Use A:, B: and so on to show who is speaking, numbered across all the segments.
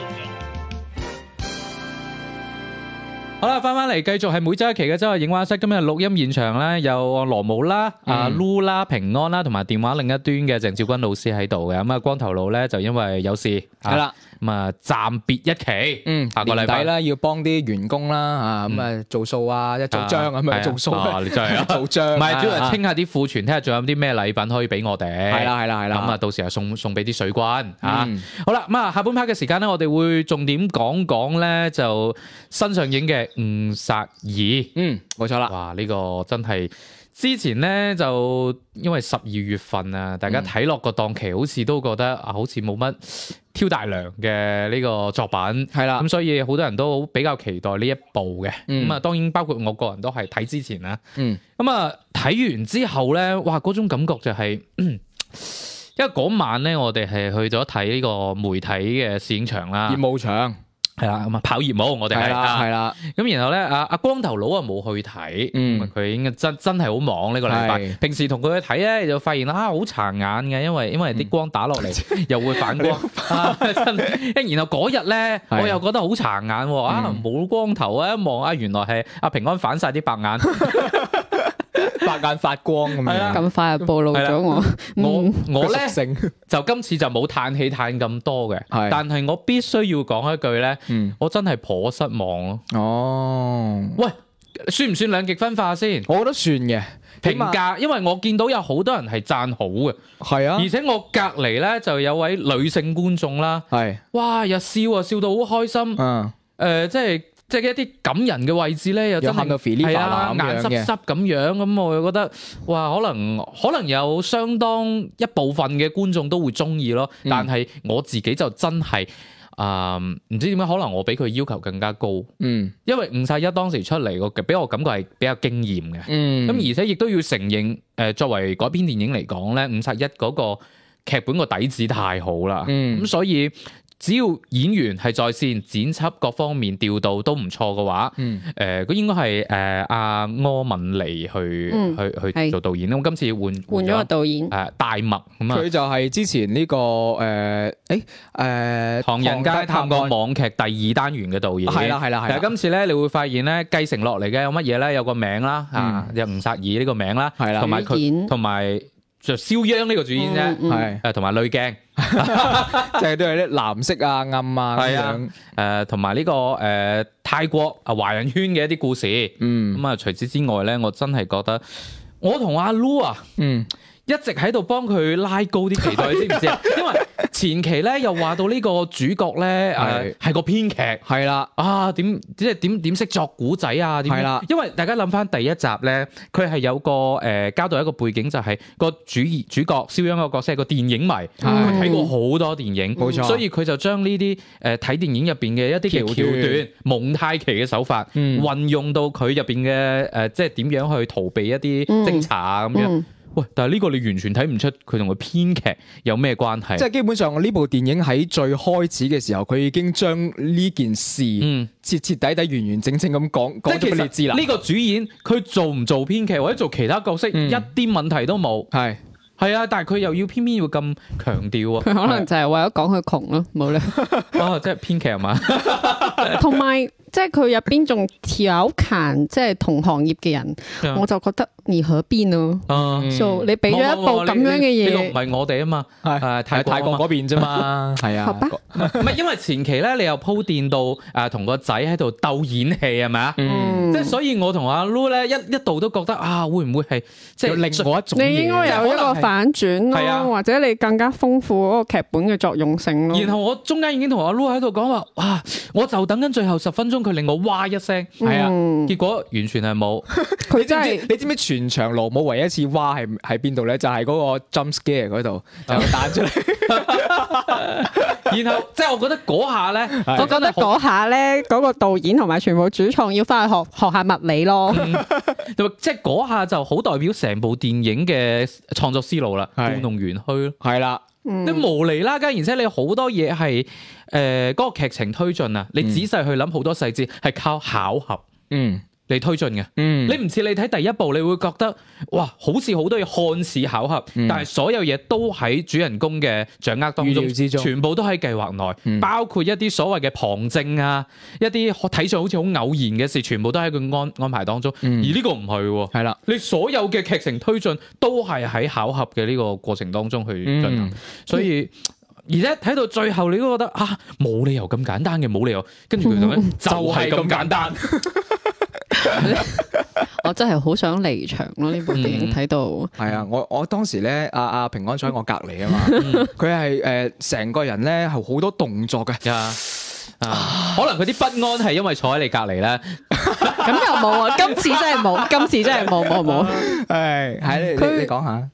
A: 影。
B: 好啦，翻翻嚟繼續係每周一期嘅周日影畫室，今日錄音現場咧有羅姆啦、阿 Lu 啦、平安啦，同埋電話另一端嘅鄭少君老師喺度嘅。咁啊，光頭佬咧就因為有事，
C: 系啦，
B: 啊，咁啊暫別一期，
C: 嗯，
B: 下個禮
C: 年
B: 拜
C: 底啦，要幫啲員工啦，啊，咁啊做數啊，一 做章咁
B: 係
C: 啊
B: 啊
C: 做數，
B: 啊你 真係啊
C: 做章，
B: 唔係主要
C: 啊
B: 係清下啲庫存，睇下仲有啲咩禮品可以俾我哋。
C: 係啦係啦係啦
B: 咁啊，到時候送送俾啲水軍啊
C: 嗯。
B: 好啦，咁啊，下半 part 嘅時間咧，我哋會重點講講咧就新上映嘅《誤殺二》。
C: 嗯，冇錯啦，
B: 啊哇！呢、個真係之前咧就因為十二月份啊，大家
C: 嗯
B: 睇落個檔期好似都覺得啊，好似冇乜挑大梁嘅呢個作品。
C: 係啦
B: 咁，所以好多人都比較期待呢一部嘅，
C: 啊嗯
B: 咁啊、當然包括我個人都係睇之前啦，
C: 嗯，
B: 咁啊睇完之後咧，哇嗰種感覺就係、嗯因為嗰晚咧我哋係去咗睇呢個媒體嘅試影場啦
C: 業，務場
B: 係啦，咁啊跑業務我哋
C: 係
B: 係
C: 啦
B: 啊
C: 係啦，
B: 咁然後咧，阿阿光頭佬啊冇去睇，
C: 嗯
B: 咁啊佢應該真真係好忙呢個禮拜。
C: 係
B: 平時同佢去睇咧，就發現啊好殘眼嘅，因為因為啲光打落嚟又會反光， 啊真係。然後嗰日咧，
C: 係
B: 我又覺得好殘眼喎，啊
C: 嗯
B: 冇光頭啊，一望啊原來係阿平安反晒啲白眼。
C: 白眼發光咁
B: 係啦
C: 樣，
D: 咁快就暴露咗我，
B: 我
D: 嗯
B: 我咧
C: 佢屬性，
B: 就今次就冇嘆氣嘆咁多嘅，
C: 係
B: 但係我必須要講一句咧，
C: 嗯，
B: 我真係頗失望咯。
C: 哦，
B: 喂，算唔算兩極分化先？
C: 我覺得算嘅，
B: 評價，因為我見到有好多人係讚好嘅，
C: 係啊
B: 而，且我隔離咧就有位女性觀眾啦，
C: 係，
B: 哇！又笑啊，笑到好開心，誒、
C: 嗯，
B: 即係即係一啲感人嘅位置咧，又真
C: 又
B: 係
C: 喊到肥哩
B: 係
C: 化
B: 啊
C: 啦，咁
B: 眼
C: 樣
B: 濕
C: 嘅，
B: 濕咁樣，咁我又覺得哇，可能可能有相當一部分嘅觀眾都會中意咯，
C: 嗯
B: 但係我自己就真係啊，唔、知點解，可能我比佢要求更加高，
C: 嗯
B: 因為五世一當時出嚟個俾我感覺係比較驚豔嘅。
C: 嗯，
B: 咁而且亦都要承認，誒、呃作為改編電影嚟講咧，《五殺一》嗰個劇本個底子太好啦，咁、
C: 嗯
B: 所以只要演員係在線、剪輯各方面調度都唔錯嘅話，
C: 嗯
B: 誒、佢應該係誒阿柯敏妮去、
D: 嗯
B: 去去
D: 係
B: 做導演，咁今次換
D: 換咗個導演，
B: 誒大麥咁啊，
C: 佢就係之前呢個誒，誒誒，
B: 唐人街探
C: 案
B: 過網劇第二單元嘅導演，
C: 哦係啦係啦係
B: 但係
C: 啦，
B: 今次咧，你會發現咧，繼承落嚟嘅有乜嘢咧？有個名啦，啊，
C: 嗯
B: 有吳殺義呢個名啦，
C: 係啦啊
B: 同埋
D: 主
B: 佢，
D: 演
B: 同埋就肖央呢個主演啫，
D: 嗯
C: 係。
B: 誒，同埋濾鏡，
C: 即係都係啲藍色啊、
B: 係
C: 暗啊咁
B: 啊
C: 樣。
B: 誒，同埋呢個誒泰國啊華人圈嘅一啲故事。
C: 嗯
B: 咁啊，除此之外咧，我真係覺得我同阿 Lu 啊，
C: 嗯，
B: 一直喺度幫佢拉高啲期待，你知唔知 啊？因為前期咧又話到呢個主角咧誒
C: 係
B: 係個編劇。
C: 係啦，
B: 啊點即係點點識作古仔啊？點
C: 係啦
B: 因為大家諗翻第一集咧，佢係有個誒、呃交代一個背景，就係、個主主角肖央個角色係個電影迷，佢
C: 係
B: 睇過好多電影，
C: 冇錯
B: 所以佢就將呢啲誒睇電影入邊嘅一啲嘅
C: 橋
B: 橋
C: 段
B: 段、蒙太奇嘅手法，
C: 嗯
B: 運用到佢入邊嘅誒，即係點樣去逃避一啲
D: 嗯
B: 偵查啊咁樣。
D: 嗯
B: 喂，但係呢個你完全睇唔出佢同佢編劇有咩關係。
C: 即係基本上呢部電影喺最開始嘅時候，佢已經將呢件事
B: 嗯
C: 徹徹底底、完完整整咁講
B: 即
C: 講
B: 係其
C: 咗俾
B: 實
C: 你知啦。
B: 呢個主演佢做唔做編劇或者做其他角色、
C: 嗯
B: 一啲問題都冇，
C: 係
B: 係啊，但係佢又要偏偏要咁強調啊，
D: 佢可能就係為咗講佢窮咯，冇啦。
B: 啊，即係編劇係嘛，
D: 同埋即係佢入邊仲調侃，即係同行業嘅人，我就覺得而何邊咯。
B: 啊，
C: 嗯
D: 就你俾咗一部
B: 冇冇冇
D: 咁樣嘅
B: 呢個唔
D: 嘢，
B: 係我哋啊嘛，誒泰
C: 係係
B: 國啊
C: 泰
B: 嘛
C: 國嗰邊啫嘛，係
D: 好
C: 啊
D: 吧，
B: 唔係因為前期咧你又鋪墊到誒啊同個仔喺度鬥演戲係咪啊？
C: 嗯，
D: 嗯
B: 即係所以我同阿 Lu 咧一一度都覺得啊，會唔會係即係
C: 有另外一種
D: 你應
C: 嘢。
D: 該有一個反轉
B: 係啊
D: 咯，或者你更加豐富嗰個劇本嘅作用性咯。
B: 然後我中間已經同阿 Lu 喺度講話，哇！我就等緊最後十分鐘佢令我哇一聲，
C: 係啊
D: 嗯
B: 結果完全係冇。
D: 佢
C: 你知
D: 真
C: 唔
D: 係
C: 知？你知唔知全場羅姆唯一一次蛙係喺邊度咧？就係嗰個 jump scare 嗰度就彈出嚟。
B: 然後 即係我覺得嗰下咧，
D: 我覺得嗰下咧，嗰、個導演同埋全部主創要翻去學學下物理咯。
B: 同埋即係嗰下就好代表成部電影嘅創作思路啦，
C: 係
B: 故弄玄虛咯。
C: 係啦，
D: 嗯
B: 你無厘啦更，而且你好多嘢係誒嗰個劇情推進啊，你仔細去諗好多細節係靠巧合
C: 嗯
B: 嚟推進嘅。
C: 嗯
B: 你唔似你睇第一部，你會覺得哇，好似好多嘢看似巧合，
C: 嗯
B: 但係所有嘢都喺主人公嘅掌握當
C: 預
B: 中
C: 料，之中
B: 全部都喺計劃內，
C: 嗯
B: 包括一啲所謂嘅旁證啊，一啲睇上好似好偶然嘅事，全部都喺佢安安排當中。而
C: 嗯
B: 呢個唔係喎。
C: 係啦，
B: 你所有嘅劇情推進都係喺巧合嘅呢個過程當中去進行，
C: 嗯
B: 所以。而且睇到最後，你都覺得啊，冇理由咁簡單嘅，冇理由。跟住佢 就咁，就係咁簡單。
D: 我真係好想離場咯！呢部電影睇到，
C: 係
B: 嗯
C: 啊，我我當時咧，阿阿平安坐喺我隔離啊嘛，佢係诶成個人咧係好多動作嘅，
B: 啊啊可能佢啲不安係因為坐喺你隔離咧，
D: 咁又冇啊！今次真係冇，今次真係冇冇冇，
C: 係係你你
D: 佢
C: 你講下，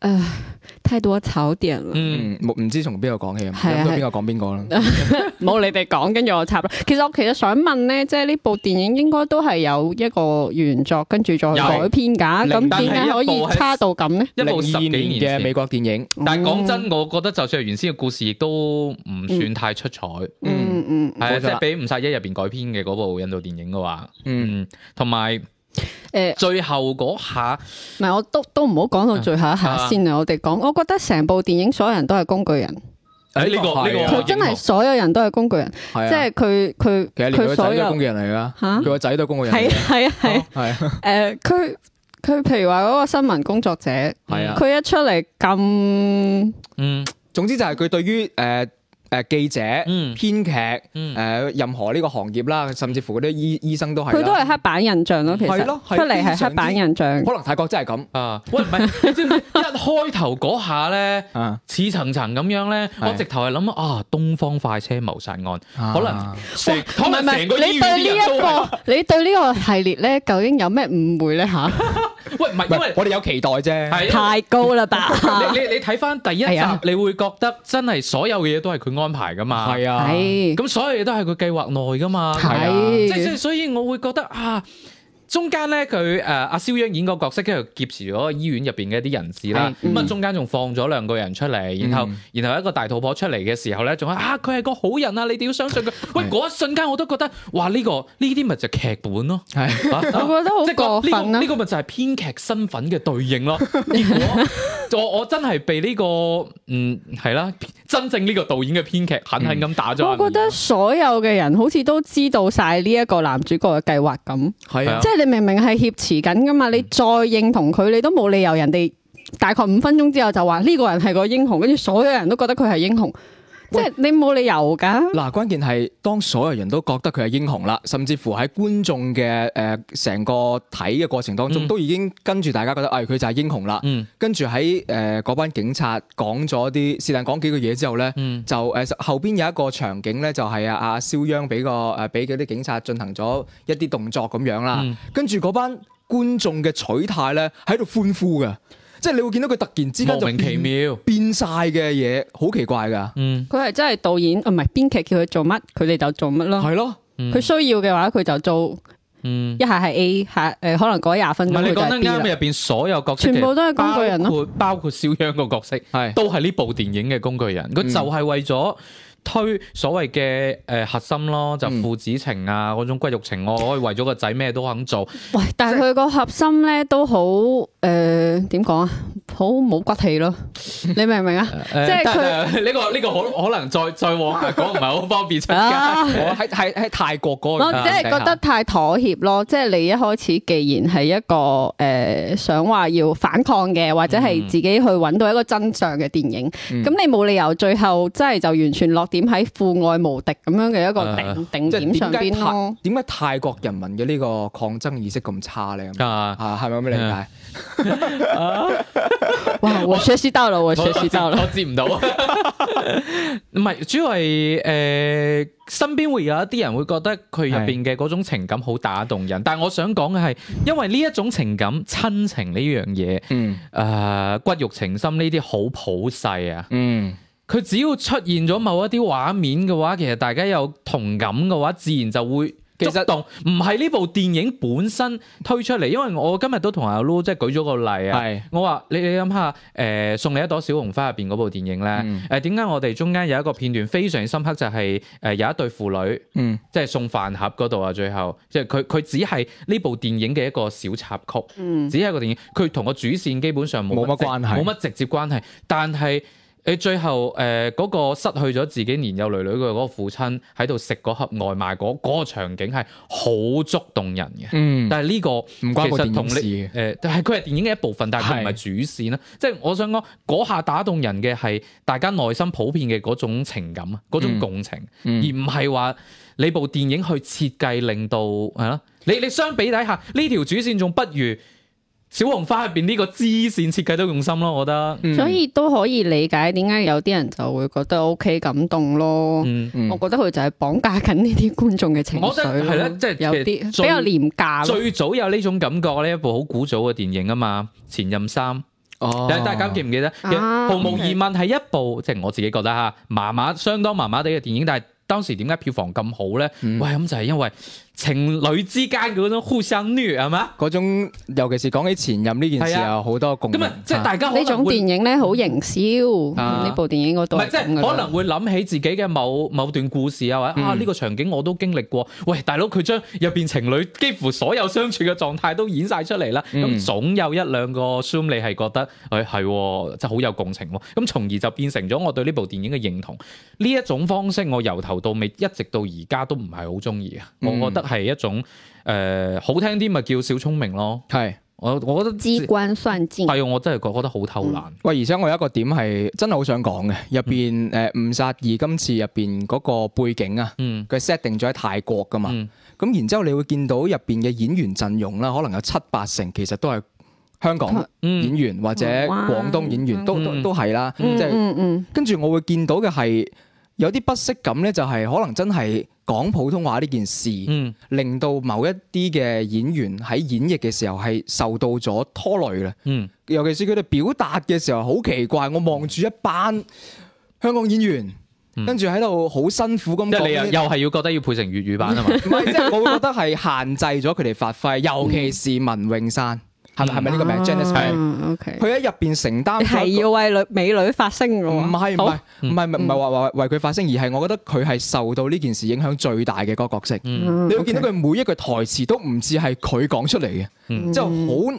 D: 唉，太多槽點啦，
B: 嗯，
C: 嗯，冇唔知從邊個講起，咁
D: 係啊
C: 到
D: 係
C: 邊個講邊個啦。
D: 嗯冇你哋講，跟住我插啦。其實我其實想問咧，即係呢部電影應該都係有一個原作，跟住再
B: 有
D: 改編㗎，
C: 零
D: 咁
C: 但係
D: 點解可
B: 一部
D: 以
B: 係
D: 差到咁咧？
B: 一部十幾
C: 02
B: 年
C: 嗯年嘅美
B: 前。
C: 國電影，
B: 但係講真，我覺得就算係原先嘅故事，亦都唔算太出彩。
D: 嗯嗯，
B: 係啊，
C: 冇錯
B: 即係
C: 啦
B: 比《誤殺一》入邊改編嘅嗰部印度電影嘅話，
C: 嗯，
B: 嗯，同埋
D: 嗯誒，
B: 最後嗰下。
D: 唔係我都都唔好講到最後一下先啊！我哋講，我覺得成部電影所有人都係工具人，
B: 誒呢個呢
C: 係啊
B: 個
D: 佢
B: 我
D: 真
B: 認
D: 係
B: 同
D: 所有人都係工具人，
C: 係啊
D: 即係佢佢
C: 其實連佢
D: 佢
C: 個仔
D: 所
C: 都係
D: 有
C: 工具人嚟噶，
D: 嚇
C: 佢個仔都係工具人嚟
D: 係
C: 㗎，
D: 係啊係啊。
C: 係啊
D: 誒，佢佢譬如話嗰個新聞工作者，
C: 係啊。
D: 佢一出嚟咁，
B: 嗯
C: 總之就係佢對於誒誒記者、
B: 嗯
C: 編劇
B: 嗯
C: 誒任何呢個行業啦，甚至乎嗰啲醫醫生都係啦，
D: 佢都係黑板印象咯。其實
C: 係咯係
D: 出嚟係黑板印象，
C: 可能泰國真係咁
B: 啊，喂唔係，你知唔知一開頭嗰下咧？
C: 啊，
B: 似層層咁樣咧，
C: 係
B: 我直頭係諗啊，東方快車謀殺案，
C: 可
B: 可能成可
D: 唔係
B: 能
D: 唔係
B: 成個醫
D: 你
B: 院
D: 對
B: 啲人都係
D: 呢一個你對呢個系列咧，究竟有咩誤會咧 吓？
B: 喂唔係因為
C: 我哋有期待啫，
B: 係啊因為
D: 太高 啦吧？
C: 啊
B: 你你你睇翻第一
D: 係
B: 集
D: 啊，
B: 你會覺得真係所有嘢都係佢安排噶嘛，
C: 係啊，
D: 係
B: 咁所有嘢都係佢計劃內噶嘛，
C: 係啊
B: 即係即
D: 係
B: 係，所以我會覺得啊，中間咧佢誒阿肖央演個角色，跟住劫持咗醫院入邊嘅一啲人士啦，咁
D: 係
B: 啊
D: 嗯
B: 中間仲放咗兩個人出嚟，然後
C: 嗯
B: 然後一個大肚婆出嚟嘅時候咧，仲話啊佢係個好人啊，你哋要相信佢。喂
C: 係
B: 嗰一瞬間我都覺得哇呢個呢啲咪就係劇本咯。
C: 係
B: 啊啊
D: 我覺得好
B: 即係個
D: 過分
B: 呢個
D: 啊
B: 呢！個咪就係編劇身份嘅對應咯。結果我 我真係被呢個嗯係啦，真正呢個導演嘅編劇狠狠咁打咗
D: 我
B: 眼面。啊
D: 覺得所有嘅人好似都知道晒呢一個男主角嘅計劃咁，
C: 係啊
D: 即，係你明明係挟持緊噶嘛，你再認同佢，你都冇理由人哋大概五分鐘之後就話呢個人係個英雄，跟住所有人都覺得佢係英雄，即係你冇理由噶。
C: 嗱，關鍵係當所有人都覺得佢係英雄啦，甚至乎喺觀眾嘅誒成個睇嘅過程當中，
B: 嗯
C: 都已經跟住大家覺得，誒佢就係英雄啦。
B: 嗯
C: 跟住喺誒嗰班警察講咗啲是但講幾句嘢之後咧，
B: 嗯
C: 就誒後邊有一個場景咧，就係啊阿肖央俾個誒俾嗰啲警察進行咗一啲動作咁樣啦，
D: 啊
B: 嗯
C: 跟住嗰班觀眾嘅取態咧喺度歡呼嘅，即係你會見到佢突然之間
B: 莫
C: 就
B: 名其
C: 變
B: 妙。
C: 變晒嘅嘢，好奇怪㗎，
B: 嗯，
D: 佢係真係導演，啊唔係編劇叫佢做乜，佢哋就做乜咯。
C: 係咯，
D: 佢需要嘅話，佢就做
B: 嗯，
D: 一下係 A，下誒、可能改廿分
B: 唔係
D: 鐘
B: 你
D: 佢就
B: 講得
D: 係 B
B: 啱，
D: 啦。
B: 入邊所有角色
D: 全部都係工具人
B: 包
D: 咯。
B: 括包括肖央個角色
C: 係
B: 都係呢部電影嘅工具人，佢
C: 嗯
B: 就係為咗。推所謂嘅誒核心咯，就
C: 嗯
B: 父子情啊，嗰種骨肉情，我可以為咗個仔咩都肯做。
D: 喂，但係佢個核心咧都好誒點講啊，好冇骨 氣咯。你明唔明啊？
B: 即
D: 係佢
B: 呃呢個呢個可可能再再往下講，唔係好方便出街。
D: 啊！
C: 我喺喺喺泰國嗰個
D: 我
B: 啊
C: 情況
D: 即係
C: 底下
D: 覺得太妥協咯，即係你一開始既然係一個誒、呃想話要反抗嘅，或者
B: 嗯
D: 係自己去揾到一個真相嘅電影，咁、
C: 嗯
D: 你冇理由最後真係就完全落點喺父愛無敵咁樣嘅一個頂
B: 啊
D: 頂
C: 即係
D: 點上
C: 點解
D: 邊
C: 泰
D: 咯。
C: 點解泰國人民嘅呢個抗爭意識咁差咧？
B: 啊，
C: 啊，係咪咁理解？
D: 哇！我學習到了，我
B: 我
D: 學習到了。
B: 我接唔到。 唔係，主要係誒、呃身邊會有一啲人會覺得佢入邊嘅嗰種情感好打動人，但係我想講嘅係，因為呢一種情感親情呢樣嘢，誒、
C: 嗯
B: 骨肉情深呢啲好普世啊。
C: 嗯，
B: 佢只要出現咗某一啲畫面嘅話，其實大家有同感嘅話，自然就會
C: 其實
B: 觸動，唔係呢部電影本身推出嚟，因為我今日都同阿 Lu 即係舉咗個例啊。
C: 係
B: 我話你你諗下，誒、送你一朵小紅花入邊嗰部電影咧
C: 嗯，
B: 誒點解我哋中間有一個片段非常深刻，就係、誒有一對父女。
C: 嗯
B: 即係送飯盒嗰度啊，最後即係佢佢只係呢部電影嘅一個小插曲，
D: 嗯
B: 只係一個電影，佢同個主線基本上冇
C: 冇乜
B: 直
C: 關係
B: 冇乜直接關係。但係你最後誒嗰、個失去咗自己年幼女女嘅嗰個父親喺度食嗰盒外賣嗰嗰、個場景係好觸動人嘅。
C: 嗯，
B: 但係呢、個
C: 唔關部
B: 其實
C: 電
B: 同
C: 影事
B: 你
C: 嘅
B: 誒、但係佢係電影嘅一部分，但係佢唔係
C: 係
B: 主線啦。即係我想講嗰下打動人嘅係大家內心普遍嘅嗰種情感啊，嗰種
C: 嗯
B: 共情。而
C: 嗯
B: 唔係話你部電影去設計令到係咯，你你相比底下呢條主線仲不如小紅花入邊呢個支線設計都用心咯，我覺得。
C: 嗯
D: 所以都可以理解點解有啲人就會覺得 O、k 感動咯。
B: 嗯，
C: 嗯
D: 我覺得佢就係綁架緊呢啲觀眾嘅情
B: 我覺
D: 緒
B: 得
D: 咯，
B: 係啦即係
D: 有啲
B: 最
D: 比較廉價咯。
B: 最早有呢種感覺呢一部好古早嘅電影啊嘛，《前任三》，
C: 哦
B: 但係大家記唔記得？其實
D: 啊
B: 毫無疑問係一部即係我自己覺得嚇麻麻相當麻麻地嘅電影，但係當時點解票房咁好咧？
C: 嗯
B: 喂，咁就係因為情侶之間嘅嗰種互相虐係嘛？
C: 嗰種，尤其是講起前任呢件事
B: 係啊
C: 啊，好多共
B: 咁啊
C: 鳴，，
B: 即係大家可
D: 哦呢
B: 能
D: 種
B: 會
D: 電影咧好營銷，
C: 啊
D: 呢部電影我都
B: 唔係
D: 係
B: 即係
D: 咁嘅
B: 可能會諗起自己嘅某某段故事啊，或者啊
C: 嗯
B: 呢個場景我都經歷過。喂，大佬佢將入邊情侶幾乎所有相處嘅狀態都演晒出嚟啦。
C: 嗯
B: 咁總有一兩個 zoom 你係覺得誒係喎真係好有共情喎。咁從而就變成咗我對呢部電影嘅認同。呢一種方式我由頭到尾一直到而家都唔係好中意啊。
C: 嗯
B: 我覺得係一種誒、呃好聽啲咪叫小聰明咯。
C: 係。
B: 我我覺得
D: 機關算盡。
B: 係啊我真係覺覺得好偷懶。
C: 喂，而且我有一個點係真係好想講
B: 嗯
C: 嘅，入邊誒誤殺二今次入邊嗰個背景啊，
B: 嗯
C: 佢 set 定咗喺泰國噶嘛，咁、
B: 嗯
C: 然之後你會見到入邊嘅演員陣容啦，可能有七八成其實都係香港
B: 嗯
C: 演員或者
D: 台
C: 廣
D: 灣
C: 東演員，都
B: 嗯
C: 都都係啦，即
D: 嗯
C: 係
D: 嗯嗯，
C: 跟住我會見到嘅係有啲不適感咧，就係可能真係講普通話呢件事。
B: 嗯
C: 令到某一啲嘅演員喺演繹嘅時候係受到咗拖累啦，
B: 嗯
C: 尤其是佢哋表達嘅時候好奇怪，我望住一班香港演員，
B: 嗯
C: 跟住喺度好辛苦咁
B: 即係你又
C: 講
B: 又
C: 啲，
B: 係要覺得要配成粵語版啊 嘛？
C: 唔係即係我會覺得係限制咗佢哋發揮，尤其是文詠珊，係咪係咪呢個名
D: 啊
C: j a n i c e
D: OK，
C: 佢喺入邊承擔咗
D: 你
C: 一
D: 係
C: 個。
D: 要為女美女發聲嘅
C: 唔
D: 喎，
C: 係唔係
B: 嗯
C: 唔係唔係唔係話話為佢發聲，而係我覺得佢係受到呢件事影響最大嘅嗰個角色。
B: 嗯
D: 好
C: 你會見到佢每一句台詞都唔似係佢講出嚟嘅，
B: 嗯
C: 即係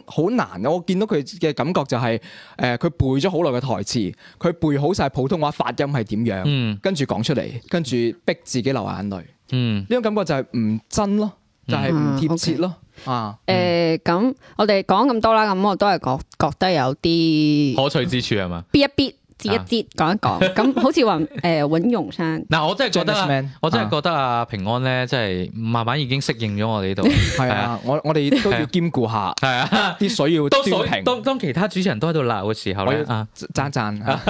C: 好好難。我見到佢嘅感覺就係、誒佢背咗好耐嘅台詞，佢背好晒普通話發音係點樣，
B: 嗯
C: 跟住講出嚟，跟住逼自己流眼淚。呢
B: 嗯
C: 種感覺就係唔真咯，就係、唔貼切咯。
B: 嗯
C: 啊，
D: 誒咁，我哋講咁多啦，咁我都係覺覺得有啲
B: 可取之處係嘛？
D: 必一必截一截講一
C: 啊
D: 講，咁好似話誒尹容 山，
B: 嗱，我真係覺得
C: Janice
B: 啊
C: Man，
B: 我真係
C: 啊
B: 覺得啊，平安咧，真係慢慢已經適應咗我哋呢 度，
C: 係
B: 係啊
C: 啊，我我哋都要兼顧下
B: 係 啊。
C: 啲水要
B: 當
C: 端
B: 所
C: 平，
B: 當當其他主持人都喺度鬧嘅時候咧
C: 我要
B: 啊，
C: 讚讚啊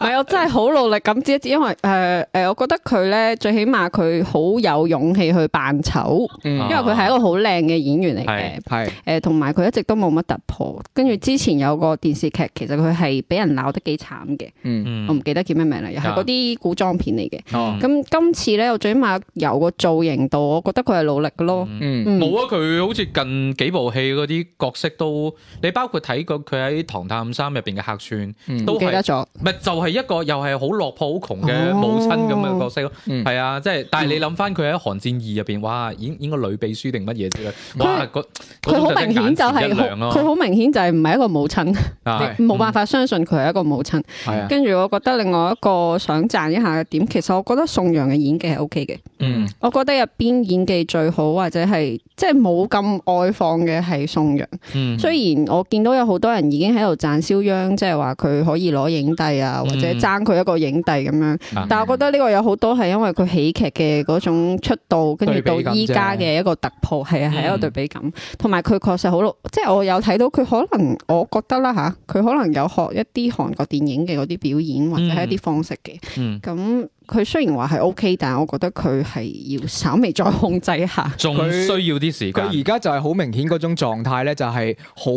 D: 唔係我真係好努力咁截一截，因為誒誒，我覺得佢咧最起碼佢好有勇氣去扮醜，
C: 嗯
D: 因為佢係一個好靚嘅演員嚟
B: 係
D: 嘅。
C: 係
D: 誒，同埋佢一直都冇乜突破，跟住之前有個電視劇，其實佢係俾人鬧得幾慘嘅，
C: 嗯
B: 嗯啊
D: 我唔記得叫咩名啦，又係嗰啲古裝片嚟嘅。
C: 哦
D: 咁、今次咧，我最起碼由個造型度，我覺得佢係努力嘅咯。
C: 嗯
D: 嗯
B: 冇啊！佢好似近幾部戲嗰啲角色都，你包括睇過佢喺《唐探三》入邊嘅客串，
C: 嗯
B: 都
D: 唔記
B: 係
D: 得咗，
B: 咪就係一個又係好落魄、好窮嘅
D: 哦
B: 母親咁嘅角色咯。
C: 嗯
B: 係啊，即係，但係你諗翻佢喺《寒戰二》入邊，哇，演演個女秘書定乜嘢之類，哇，嗰
D: 佢好明顯就
B: 係
D: 係好佢好明顯就係唔係一個母親，
B: 啊
C: 係
D: 你冇辦法相信佢係一個母親。
B: 嗯
C: 係啊，
D: 跟住我覺得另外一個想讚一下嘅點，其實我覺得宋陽嘅演技係 O K 嘅。
B: 嗯
D: 我覺得入邊演技最好或者係即係冇咁外放嘅係宋陽。
B: 嗯，
D: 雖然我見到有好多人已經喺度讚肖央，即係話佢可以攞影帝啊，或者
B: 嗯
D: 爭佢一個影帝咁樣。
B: 啊
D: 但係我覺得呢個有好多係因為佢喜劇嘅嗰種出道，跟住到依家嘅一個突破，係啊，係一個對比
B: 嗯
D: 感。同埋佢確實好努，即係我有睇到佢可能，我覺得啦吓，佢可能有學一啲韓國電影嘅嗰啲表演或者係一啲方式嘅。
B: 嗯
D: 咁佢雖然話係 OK，但係我覺得佢係要稍微再控制一下。
B: 仲
C: 佢
B: 需要啲時間。
C: 佢而家就係好明顯嗰種狀態咧，就係好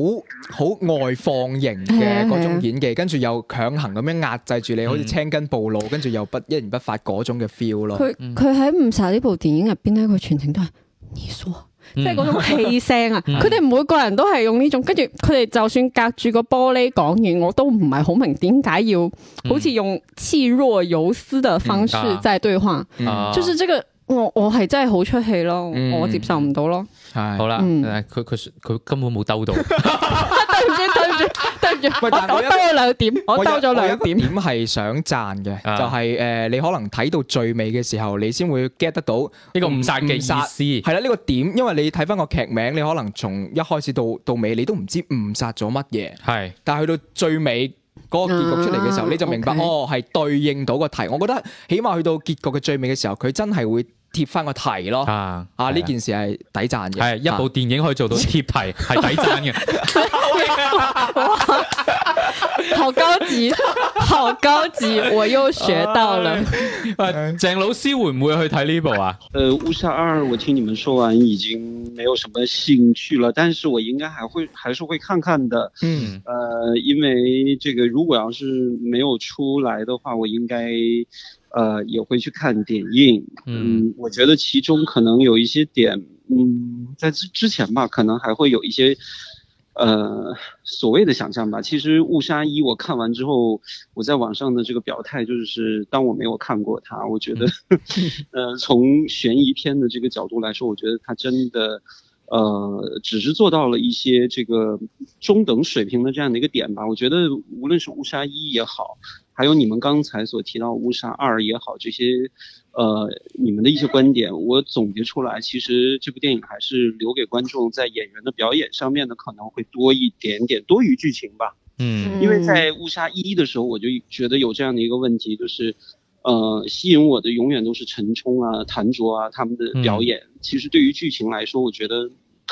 C: 好外放型嘅嗰種演技，跟住又強行咁樣壓制住你，好
B: 嗯
C: 似青筋暴露，跟住又不一言不發嗰種嘅 feel 咯。
D: 佢佢喺《誤殺》呢部電影入邊咧，佢全程都係你说
B: 嗯
D: 即係嗰種氣聲啊！
B: 嗯
D: 佢哋每個人都係用呢種，跟住佢哋就算隔住個玻璃講嘢，我都唔係好明點解要好似用氣若游絲嘅方式
B: 嗯啊
D: 在對話，
C: 嗯
B: 啊
D: 就是這個我我係真係好出戲咯，
C: 嗯
D: 我接受唔到咯。
C: 係
B: 好啦，
D: 嗯
B: 誒佢佢佢根本冇兜 到，
D: 對唔住，對唔住，對唔住，
C: 喂
D: 我
C: 但係
D: 我
C: 我一
D: 兜咗兩點，我兜咗兩點。
C: 點係想讚嘅，
B: 啊
C: 就係誒你可能睇到最尾嘅時候，你先會 get 得到
B: 呢個誤嗯殺嘅
C: 誤殺
B: 意思。
C: 係啦呢個點，因為你睇翻個劇名，你可能從一開始到到尾，你都唔知誤殺咗乜嘢，
B: 係
C: 但係去到最尾。嗰個結局出嚟嘅時候，
D: 啊
C: 你就明白
D: OK
C: 哦，係對應到個題。我覺得起碼去到結局嘅最尾嘅時候，佢真係會貼翻個題咯。
B: 啊
C: 啊，呢件事係抵讚嘅。啊
B: 係一部電影可以做到貼題，係抵讚嘅。
D: 好高級，好高級，我又學到了。
B: 喂，鄭老師會唔會去睇呢部啊？
A: 呃，《误杀二》我听你们说完已经没有什么兴趣了，但是我应该还会还是会看看的。
C: 嗯
A: 呃，因为这个如果要是没有出来的话，我应该呃也会去看点映。
B: 嗯
A: 嗯，我觉得其中可能有一些点，嗯，在之之前吧，可能还会有一些。呃，所谓的想象吧，其实《误杀一》我看完之后，我在网上的这个表态就是，当我没有看过它，我觉得，呃，从悬疑片的这个角度来说，我觉得它真的，呃，只是做到了一些这个中等水平的这样的一个点吧。我觉得无论是误杀一也好，还有你们刚才所提到误杀二也好，这些呃你们的一些观点，我总结出来，其实这部电影还是留给观众在演员的表演上面的可能会多一点点，多于剧情吧。
B: 嗯
A: 因为在误杀一的时候，我就觉得有这样的一个问题，就是，呃，吸引我的永远都是陈冲啊、谭卓啊他们的表演。
D: 嗯
A: 其实对于剧情来说，我觉得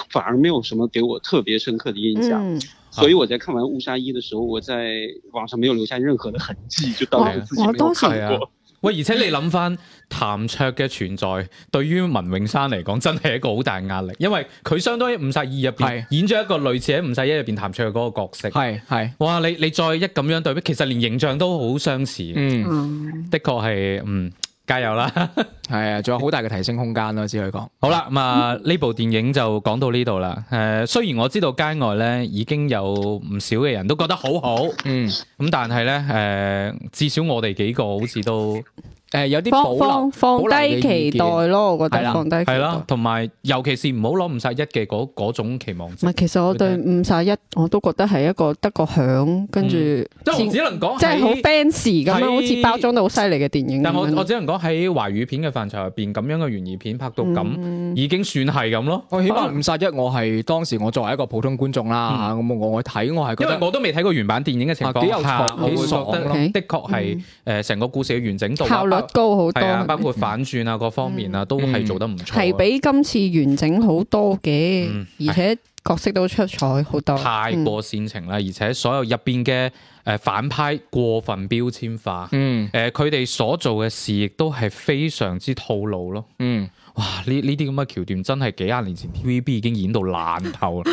A: 反而没有什么给我特别深刻的印象。
D: 嗯，
A: 所以我在看完误杀一的时候，我在网上没有留下任何的痕迹，就当
B: 我
A: 做自己没
D: 我当
A: 有
D: 时
A: 看过。
B: 啊喂，而且你諗翻譚卓嘅存在，對於文詠珊嚟講，真係一個好大壓力，因為佢相當於五十二入邊
C: 係
B: 演咗一個類似喺五十一入邊譚卓嘅嗰個角色。
C: 係係
B: 哇！你你再一咁樣對比，其實連形象都好相似。
C: 嗯
D: 嗯
B: 的確係，嗯，加油啦！
C: 係啊，仲有好大嘅提升空間咯，只可以講。
B: 好啦，咁啊呢部電影就講到呢度啦。誒、雖然我知道街外咧已經有唔少嘅人都覺得好好，
C: 嗯
B: 咁但係咧誒，至少我哋幾個好似都
C: 誒有啲保
D: 放
C: 留
D: 放放低期待咯，我覺
C: 係
D: 得
C: 啦
D: 放低期
B: 係
D: 待
B: 啦。，同埋尤其是唔好攞五十一嘅嗰嗰種期望
D: 唔
B: 值
D: 係，。其實我對五十一我都覺得係一個得個響，跟住
B: 嗯即係我
D: 先
B: 只能講
D: 即係好
B: 喺，
D: fans 咁
B: 喺
D: 樣，好似包裝得好犀利嘅電影咁
B: 但我我
D: 樣。
B: 只能講喺華語片嘅範疇入邊，咁樣嘅懸疑片拍到咁，
D: 嗯
B: 已經算係咁咯。
C: 我起啊碼五殺一，我係當時我作為一個普通觀眾啦嚇，咁我我睇我係
B: 嗯
C: 覺
B: 因為
C: 得
B: 我都未睇過原版電影嘅情
C: 啊幾有
B: 況
C: 創
B: 下，
C: 意
B: 我會覺
C: 爽
D: 咯
B: 得的確係誒成個故事嘅完整度啊
D: 嗯效率
B: 包
D: 高好多
B: 係啊，包
D: 係咪，
B: 括反轉啊，各方面啊，都係做得唔錯啊。
D: 嗯係比今次完整好多嘅
B: 嗯，
D: 而且角色都出彩好多。嗯
B: 太過煽情啦，而且所有入邊嘅誒反派過分標籤化，
C: 嗯
B: 誒佢哋所做嘅事亦都係非常之套路咯。
C: 嗯
B: 哇！呢呢啲咁嘅橋段真係幾廿年 前 TVB 已經演到爛透啦。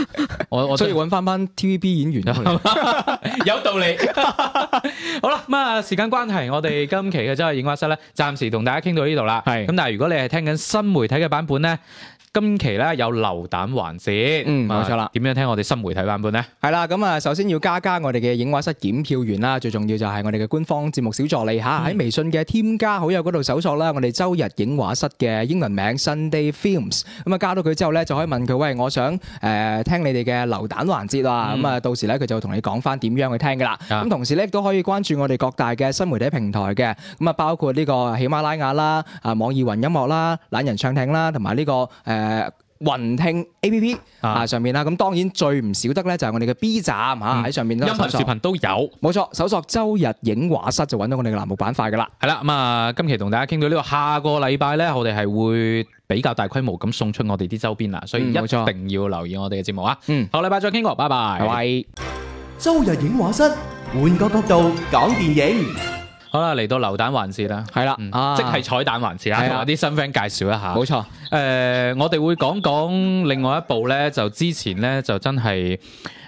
B: 我我
C: 所
B: 真
C: 以
B: 係
C: 揾翻翻 TVB 演員出嚟
B: 有道理。好啦，咁啊時間關係，我哋今期嘅真係影畫室咧，暫時同大家傾到呢度啦。
C: 係
B: 咁，但係如果你係聽緊新媒體嘅版本咧，今期咧有流蛋環節。
C: 嗯
B: 咁啊
C: 冇錯啦
B: 點樣聽我哋新媒體版本咧？
C: 係啦，咁啊，首先要加加我哋嘅影畫室檢票員啦，最重要就係我哋嘅官方節目小助理吓，喺微信嘅添加好友嗰度搜索啦，我哋周日影畫室嘅英文名 Sunday Films，咁啊加到佢之後咧，就可以問佢喂，我想誒聽你哋嘅流蛋環節啊，
B: 嗯
C: 咁啊到時咧佢就同你講翻點樣去聽噶啦，
B: 啊
C: 咁同時咧亦都可以關注我哋各大嘅新媒體平台嘅，咁啊包括呢個喜馬拉雅啦、啊網易雲音樂啦、懶人唱聽啦，同埋呢個誒雲聽 A P P。啊上面啦。咁當然最唔少得咧就係我哋嘅 B 站嚇喺上面
B: 嗯音
C: 都
B: 頻
C: 搜
B: 視
C: 索
B: 頻都有。
C: 冇錯，搜索周日影畫室就揾到我哋嘅欄目板塊噶啦。
B: 係啦，咁啊，今期同大家傾到呢度，下個禮拜咧，我哋係會比較大規模咁送出我哋啲周邊啦，所以一
C: 嗯冇錯
B: 定要留意我哋嘅節目啊！
C: 嗯，
B: 下個禮拜再傾過，拜拜
C: 拜。拜。
E: 周日影畫室，換個角度講電影。
B: 好啦，嚟到流蛋環節啦。
C: 係啦
B: 嗯，
C: 啊
B: 即係彩蛋環節啦，
C: 係啊
B: 同我啲新 friend 介紹一下。
C: 冇錯，
B: 誒、我哋會講講另外一部咧，就之前咧就真係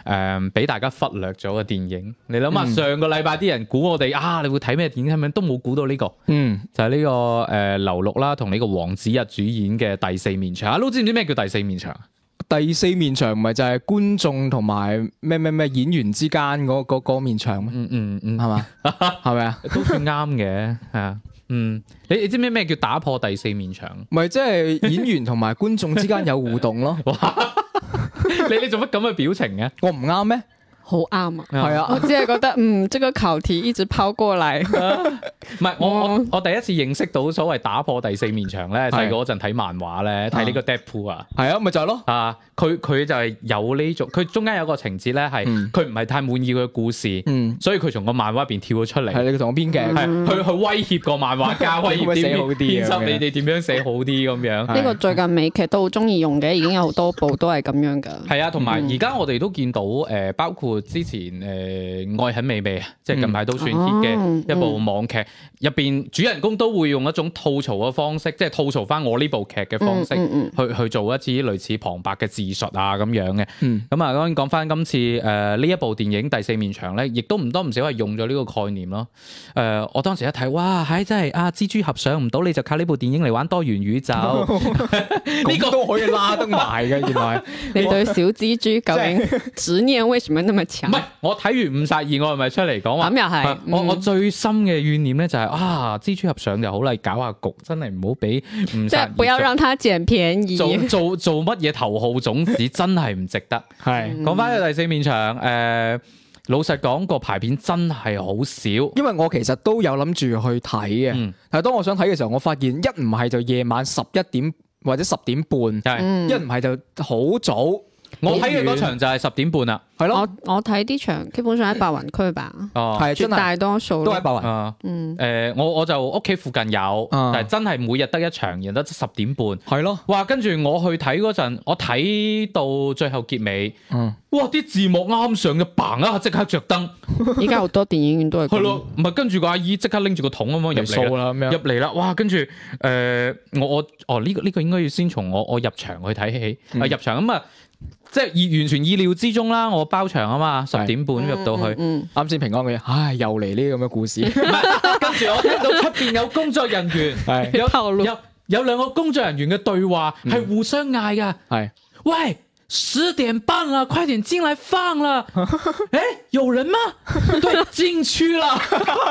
B: 誒俾大家忽略咗嘅電影。你諗下，
C: 嗯
B: 上個禮拜啲人估我哋啊，你會睇咩電影咁樣，都冇估到呢、個，
C: 嗯，
B: 就係呢、個誒、劉六啦，同呢個黃子日主演嘅《第四面牆》。阿 Lu 知唔知咩叫第四面牆？啊
C: 第四面牆唔係就係觀眾同埋咩咩咩演員之間嗰嗰嗰面牆咩？
B: 嗯嗯嗯，
C: 係 嘛？係咪啊？
B: 都算啱嘅，係啊。嗯，你你知唔知咩叫打破第四面牆？
C: 咪即係演員同埋觀眾之間有互動 咯。
B: 你你做乜咁嘅表情嘅？
C: 我唔啱咩？
D: 好啱啊！
C: 係
D: 我
C: 啊，
D: 只係覺得，嗯，這個考題一直拋過嚟，
B: 唔係我我
D: 嗯
B: 我第一次認識到所謂打破第四面牆咧，細個嗰陣睇漫畫咧，睇呢個 Deadpool 啊。
C: 係啊，咪就係咯。
B: 啊！佢佢就係有呢種，佢中間有個情節咧，係
C: 嗯
B: 佢唔係太滿意佢嘅故事，
C: 嗯，
B: 所以佢從個漫畫入邊跳咗出嚟，
C: 係你同我編劇。
B: 係去去威脅個漫畫 家，威
C: 可唔
B: 脅
C: 可以
B: 啲
C: 寫好啲
B: 編
C: 啊咁
B: 輯
C: 樣
B: 你哋點樣寫好啲咁樣。
C: 係
D: 呢個最近美劇都好中意用嘅，已經有好多部都係咁樣噶。
B: 係啊，同埋
D: 嗯
B: 而家我哋都見到誒、呃包括之前誒、呃、愛很美味啊，即係近排都算 hit
D: 嗯
B: 嘅一部網劇，入邊、主人公都會用一種吐槽嘅方式，即係吐槽翻我呢部劇嘅 方式。
D: 嗯嗯
B: 去去做一啲類似旁白嘅自述啊咁樣嘅，
C: 嗯
B: 咁啊當然講翻今次誒呢、一部電影《第四面牆》咧，亦都唔多唔少係用咗呢個概念咯。誒、我當時一睇，哇，係、真係啊蜘蛛俠上唔到，你就靠呢部電影嚟玩多元宇 宙。 呢
C: 呢
B: 個
C: 個都可以拉得埋嘅，原來
D: 嗯， 你對小蜘蛛究竟執念為什麼那麼強
B: 唔？係，我睇完五殺二，我係咪出嚟講話？
D: 咁又係
B: 啊我
D: 嗯
B: 我最深嘅怨念咧就係、啊，蜘蛛俠上就好啦，搞下局，真係唔好俾五
D: 即
B: 殺
D: 係不要
B: 二
D: 讓他捡便宜。
B: 做做做做乜嘢頭號種子， 真係唔值得。
C: 係，
B: 講翻去第四面牆，誒、老實講個排片真係好少，
C: 因為我其實都有諗住去睇嘅
B: 嗯，
C: 但係當我想睇嘅時候，我發現一唔係就夜晚十一點或者十點半，
B: 係、
D: 嗯
C: 一唔係就好早，
B: 我睇嘅嗰場就係十點半啦，
C: 係咯
D: 我，我睇啲場基本上喺白雲區吧，
B: 哦，
C: 係
D: 絕
C: 真係
D: 大多數
C: 都喺白雲。
B: 啊。
D: 嗯
B: 誒、我我就屋企附近有，
C: 啊
B: 但係真係每日得一場，然得十點半。
C: 係咯，
B: 哇！跟住我去睇嗰陣，我睇到最後結尾，
C: 嗯，
B: 哇！啲字幕啱上嘅，嘭一下即刻着燈，
D: 依家好多電影院都係
B: 係
D: 咁
B: 咯，唔係跟住個阿姨即刻拎住個桶咁樣入
C: 嚟數
B: 嚟啦，
C: 啦咁
B: 入
C: 樣，
B: 嚟啦，哇！跟住誒、呃我我哦呢、個呢、個應該要先從我我入場去睇戲，啊、
C: 嗯
B: 入場咁啊，即係意完全意料之中啦，我包場啊嘛，十
C: 係
B: 點半入到去，
D: 嗯，
C: 啱先平安嘅，唉，又嚟呢啲咁嘅故事，
B: 跟住我聽到出邊有工作人員
C: 係
B: 有
D: 透露
B: 有有兩個工作人員嘅對話
C: 嗯
B: 係互相嗌㗎。
C: 係
B: 喂，十点半了，快点进来放 了。哎，有人 吗？对，进去啦。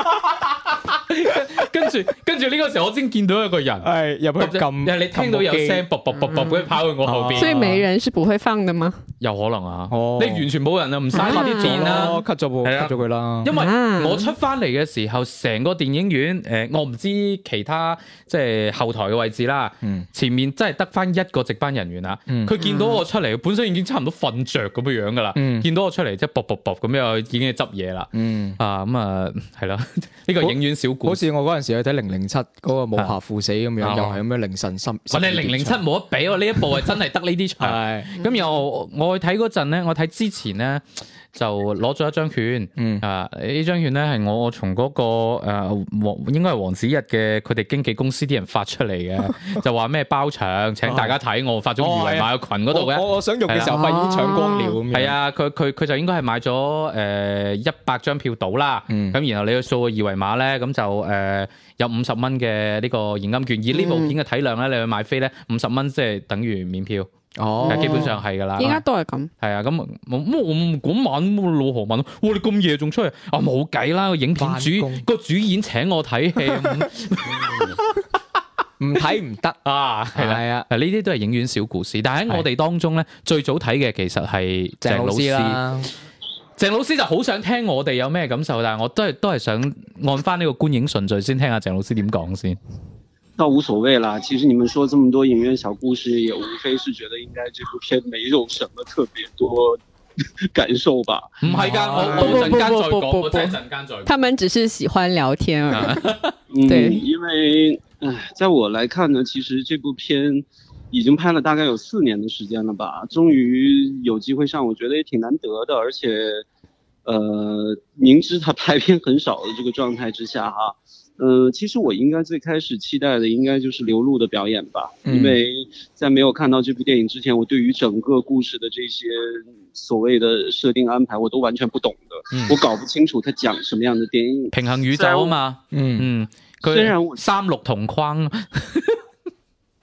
B: 跟住跟住呢個時候，我先見到一個人，
C: 係入去啊撳，嗯
B: 你聽到有聲，卜卜卜卜咁跑去我後
D: 所
B: 邊，
D: 以美人是不會放的嗎？
B: 有可能啊。
C: 哦
B: 你完全冇人啊，唔嘥
D: 啊
B: 啲電啦
C: 哦。，cut 嗯咗部
B: 係
C: cut
B: 啊
C: 咗佢啦，
B: 因為
D: 啊
B: 我出翻嚟嘅時候，成個電影院誒、呃我唔知其他即係後台嘅位置啦，
C: 嗯
B: 前面真係得翻一個值班人員啦。
C: 嗯
B: 佢見到我出嚟，本身已經差唔多瞓着咁樣樣噶啦，
C: 嗯
B: 見到我出嚟即係卜卜卜咁樣已經去執嘢啦。
C: 嗯。
B: 啊咁啊，係啦， 呢個影院小故
C: 好
B: 事。
C: 似我嗰陣時去睇零零七嗰個武俠赴死咁樣，
B: 啊
C: 又係咁樣凌晨深。
B: 我哋零零七啊冇得比喎，呢一部係真係得呢啲 場。
C: 係
B: 咁又我我去睇嗰陣咧，我睇之前咧就攞咗一張券。
C: 嗯
B: 啊！呢張券咧係我我從嗰、個誒黃、應該係黃子日嘅佢哋經紀公司啲人發出嚟 嘅，就話咩包場請大家睇，我發咗二維碼個群嗰度
C: 我
B: 嘅。
C: 我我想用嘅時候發現已經搶光了咁樣。
B: 係，啊，佢佢佢就應該係買咗誒一百張票到啦，咁、
C: 嗯
B: 然後你去掃個二維碼咧，咁就誒、呃有五十蚊嘅呢個現金券。
C: 嗯
B: 以呢部片嘅體量咧，你去買飛咧，五十蚊即係等於免票，
C: 哦，
B: 基本上係㗎啦。
D: 依家都係咁，
B: 係啊，咁我咁我嗰晚我老婆問我：，哇，你咁夜仲出嚟？啊，冇計啦，個影片
C: 返
B: 主
C: 工
B: 個主演請我睇戲 咁
C: 唔睇唔得。
B: 啊， 係啦。
C: 係啊，
B: 嗱，呢啲都係影院小故事，但喺我哋當中咧，最早睇嘅其實係
C: 鄭
B: 鄭
C: 老
B: 老
C: 師
B: 師。
C: 啦，
B: 鄭老師就好想聽我哋有咩感受，但係我都係都係想按翻呢個觀影順序先聽下鄭老師點講先。
A: 倒无所谓啦。其实你们说这么多影院小故事，也无非是觉得应该这部片没有什么特别多感受吧。
B: 唔係㗎，我
C: 不
B: 我陣間再
D: 不不
B: 講，
D: 不
B: 我
D: 不
B: 真係陣間再講。
D: 他們只是喜歡聊天而
B: 啊
D: 已。
A: 嗯，
D: 对
A: 因为唉，在我来看呢，其实这部片已经拍了大概有四年的时间了吧，终于有机会上，我觉得也挺难得的，而且，呃，明知他拍片很少的这个状态之下哈、呃，其实我应该最开始期待的应该就是刘露的表演吧，
C: 嗯
A: 因为在没有看到这部电影之前，我对于整个故事的这些所谓的设定安排，我都完全不懂的，
B: 嗯
A: 我搞不清楚他讲什么样的电影。
B: 平衡宇宙啊嘛，
C: 嗯
B: 嗯，佢
A: 雖然我
B: 三六同框，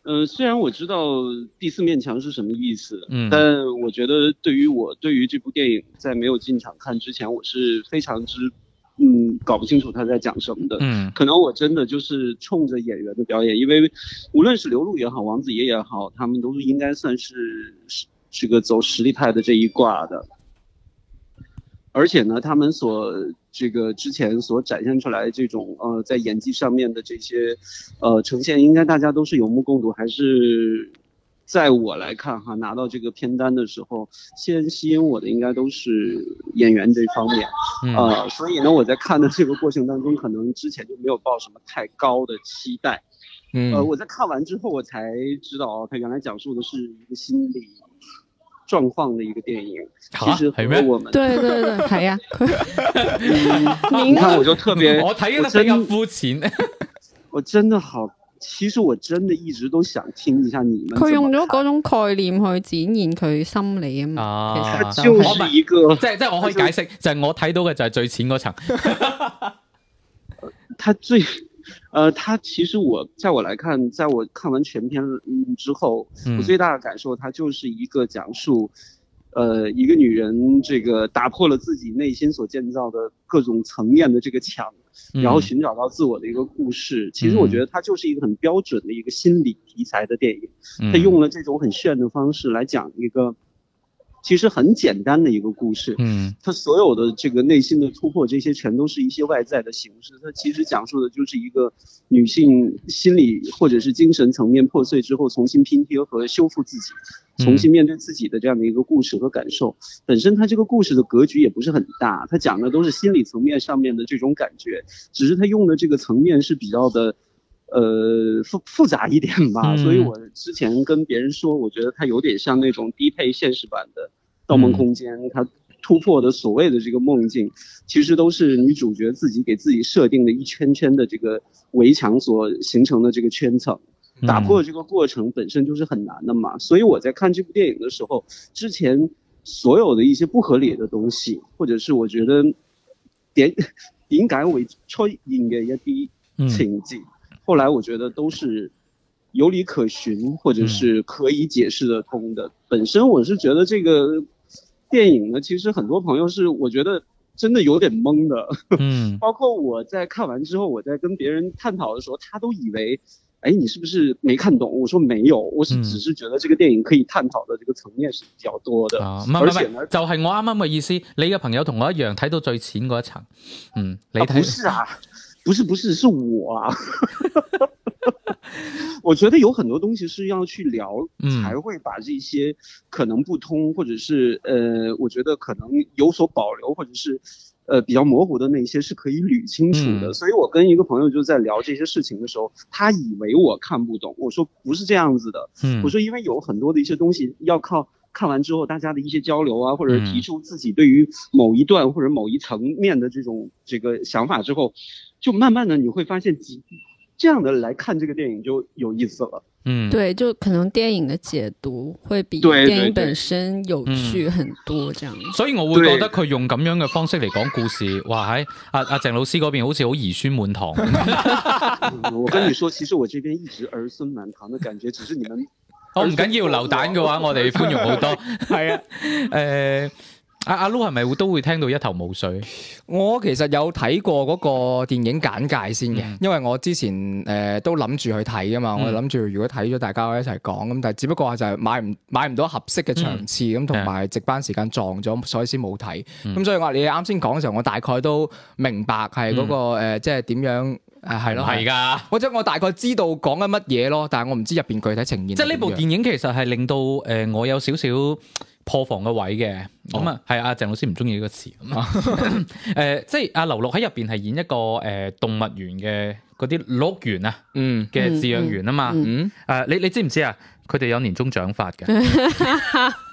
A: 呃，虽然我知道第四面墙是什么意思，
B: 嗯
A: 但我觉得对于我对于这部电影在没有进场看之前，我是非常之嗯搞不清楚他在讲什么的。
B: 嗯
A: 可能我真的就是冲着演员的表演，因为无论是刘露也好，王子烨也好，他们都是应该算是是这个走实力派的这一挂的。而且呢，他们所这个之前所展现出来这种呃，在演技上面的这些呃呈现，应该大家都是有目共睹，还是在我来看哈，拿到这个片单的时候，先吸引我的应该都是演员这方面。
B: 嗯
A: 啊、所以呢，我在看的这个过程当中，可能之前就没有抱什么太高的期待。呃，
C: 嗯
A: 我在看完之后，我才知道哦，它原来讲述的是一个心理状况的一个电影。其
B: 嚇
A: 实
B: 係
A: 和
B: 咩
A: 我 们，
D: 对对对，系 啊，
A: 你看我就特别，
B: 我睇得
A: 真
B: 比較膚淺，
A: 我真的好，其实我真的一直都想听一下你们。
D: 佢用咗嗰。種概念去展現佢心理啊嘛，
B: 啊
D: 其實
A: 就
D: 就
B: 我
A: 是
B: 明
D: 係
A: 一个，
B: 即係即係我可以解釋，就係我睇到嘅就係最淺嗰層，
A: 他最，呃，他其实我在我来看，在我看完全片嗯之后，我
B: 嗯
A: 最大的感受，它就是一个讲述，呃，一个女人这个打破了自己内心所建造的各种层面的这个墙，然后
B: 嗯
A: 寻找到自我的一个故事。其实我觉得它就是一个很标准的一个心理题材的电影，
B: 嗯
A: 它用了这种很炫的方式来讲一个其实很简单的一个故事。
B: 嗯
A: 他所有的这个内心的突破，这些全都是一些外在的形式。他其实讲述的就是一个女性心理或者是精神层面破碎之后，重新拼贴和修复自己，重
B: 嗯
A: 新面对自己的这样的一个故事和感受。本身他这个故事的格局也不是很大，他讲的都是心理层面上面的这种感觉，只是他用的这个层面是比较的。呃，复复杂一点吧，
B: 嗯
A: 所以我之前跟别人说，我觉得它有点像那种低配现实版的《盗梦空间》它突破的所谓的这个梦境，其实都是女主角自己给自己设定的一圈圈的这个围墙所形成的这个圈层。
B: 嗯
A: 打破这个过程本身就是很难的嘛，所以我在看这部电影的时候，之前所有的一些不合理的东西，或者是我觉得点点解会出現嘅一啲
B: 嗯
A: 情景，后来我觉得都是有理可循，或者
B: 嗯
A: 是可以解释得通的。本身我是觉得这个电影呢，其实很多朋友是我觉得真的有点懵的，
B: 嗯
A: 包括我在看完之后，我在跟别人探讨的时候，他都以为，哎，你是不是没看懂？我说没有，我是
B: 嗯
A: 只是觉得这个电影可以探讨的这个层面是比较多的。
B: 啊，唔係唔
A: 而
B: 係
A: 且
B: 唔
A: 呢
B: 係，就係我啱啱嘅意思。你嘅朋友同我一樣睇到最淺嗰一層，嗯，你
A: 啊不
B: 睇
A: 是啊，不是不是，是我啊。 我觉得有很多东西是要去聊，
B: 嗯
A: 才会把这些可能不通，或者是呃，我觉得可能有所保留，或者是呃比较模糊的那些是可以捋清楚的。
B: 嗯
A: 所以我跟一个朋友就在聊这些事情的时候，他以为我看不懂，我说不是这样子的，
B: 嗯
A: 我说，因为有很多的一些东西要靠看完之后大家的一些交流啊，或者
B: 嗯
A: 是提出自己对于某一段或者某一层面的这种这个想法之后，就慢慢的你会发现，几这样的来看这个电影就有意思 了。
B: 嗯，
D: 对，就可能電影的解讀會比
A: 對對
D: 電影
A: 對
D: 本身有趣
B: 嗯
D: 很多，這樣。
B: 所以我會覺得佢用咁樣嘅方式嚟講故事，哇！喺阿阿鄭老師嗰邊好似好兒孫滿 堂，
A: 嗯我跟你说，其实我这边一直儿孙满堂的感觉，只是你们
B: 我唔緊要流蛋嘅話，我哋寬容好多。
C: 係啊，
B: 誒，阿阿 Lu 係咪會都會聽到一頭霧水？
C: 我其實有睇過嗰個電影簡介先嘅
B: 嗯，
C: 因為我之前誒都諗住去睇噶嘛，我
B: 嗯
C: 諗住如果睇咗大家一齊講咁，但係只不過就係買唔買唔到合適嘅
B: 嗯
C: 場次咁，同
B: 啊
C: 埋值班時間撞咗，所以先冇睇。咁所以我你啱先講嘅時候，我大概都明白係嗰個誒即係點樣誒係咯，
B: 嗯係㗎。
C: 或者我大概知道講緊乜嘢咯，但係我唔知入邊具體呈現係點樣。
B: 即係呢部電影其實係令到誒、呃我有少少破防嘅位嘅，咁
D: 哦
B: 啊係阿鄭老師唔中意呢個詞咁啊， 誒即係阿劉樂喺入邊係演一個誒、呃、動物園嘅嗰啲鹿園啊
C: 嗯
B: 嘅
D: 嗯
B: 飼養員啊嘛，誒、
D: 嗯
C: 嗯
B: 你你知唔知啊？佢哋有年終獎發嘅，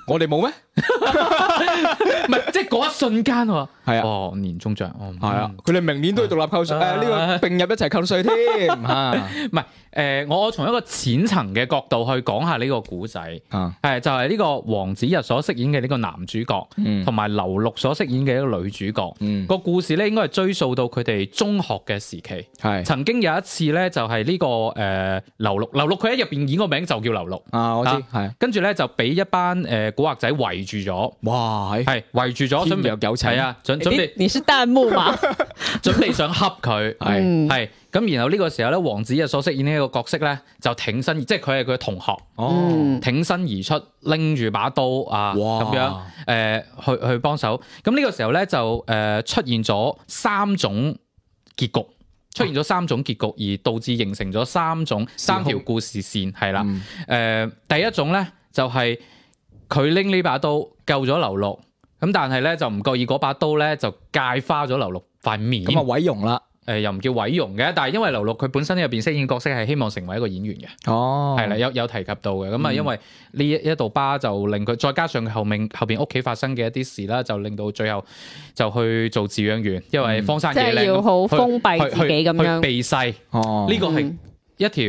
C: 我哋冇咩？
B: 唔係即係嗰一瞬間喎。
C: 係啊
B: 哦，年終獎，哦，
C: 系啊，佢哋明年都要獨立扣税，
B: 啊
C: 诶呢個並入一齊扣 税添，吓
B: 嗯，唔係誒，我我從一個淺層嘅角度去講下呢個古仔，誒、
C: 啊，
B: 就係、呢個黃子日所飾演嘅呢個男主角，
C: 嗯
B: 同埋劉陸所飾演嘅一個女主角。
C: 嗯，
B: 個故事咧應該係追溯到佢哋中學嘅時期，
C: 系
B: 曾經有一次咧就係呢、個誒、劉陸，劉陸佢喺入邊演個名就叫劉陸，
C: 啊，我知
B: 啊
C: 係，
B: 跟住咧就俾一班誒、古惑仔圍住咗，
C: 哇，係
B: 係圍住咗，準
C: 天
B: 備
C: 若有情，
B: 係，啊，準準備
D: 你你是彈 幕嘛？
B: 準備想恰佢。
C: 係
D: 嗯
B: 係咁，然後呢個時候咧，黃子日所飾演呢一個角色咧，就挺身，即係佢係佢嘅同學，
C: 哦，
D: 嗯
B: 挺身而出，拎住把刀啊，
C: 哇
B: 咁樣誒、呃去去幫手。咁呢個時候咧就誒、呃出現咗三種結局，出現咗三種結局，而導致形成咗三種三條故事線，係啦。誒、呃
C: 嗯
B: 第一種咧就係佢拎呢把刀救咗劉陸，咁但係咧就唔覺意嗰把刀咧就界花咗劉陸塊面。
C: 咁啊毀容啦，
B: 誒、呃又唔叫毀容嘅，但係因為劉陸佢本身喺入邊飾演角色係希望成為一個演員嘅，
C: 哦，
B: 係啦、有有提及到嘅。咁啊，
C: 嗯
B: 因為呢一一道疤就令佢，再加上佢後面後邊屋企發生嘅一啲事啦，就令到最後就去做飼養員，因
C: 嗯
B: 為荒山
D: 即
B: 野
D: 係
B: 嶺
D: 要
B: 咁
D: 好
B: 去
D: 封閉自己咁
B: 去去
D: 樣。
B: 避世，呢
C: 哦，
B: 個係
D: 嗯
B: 一條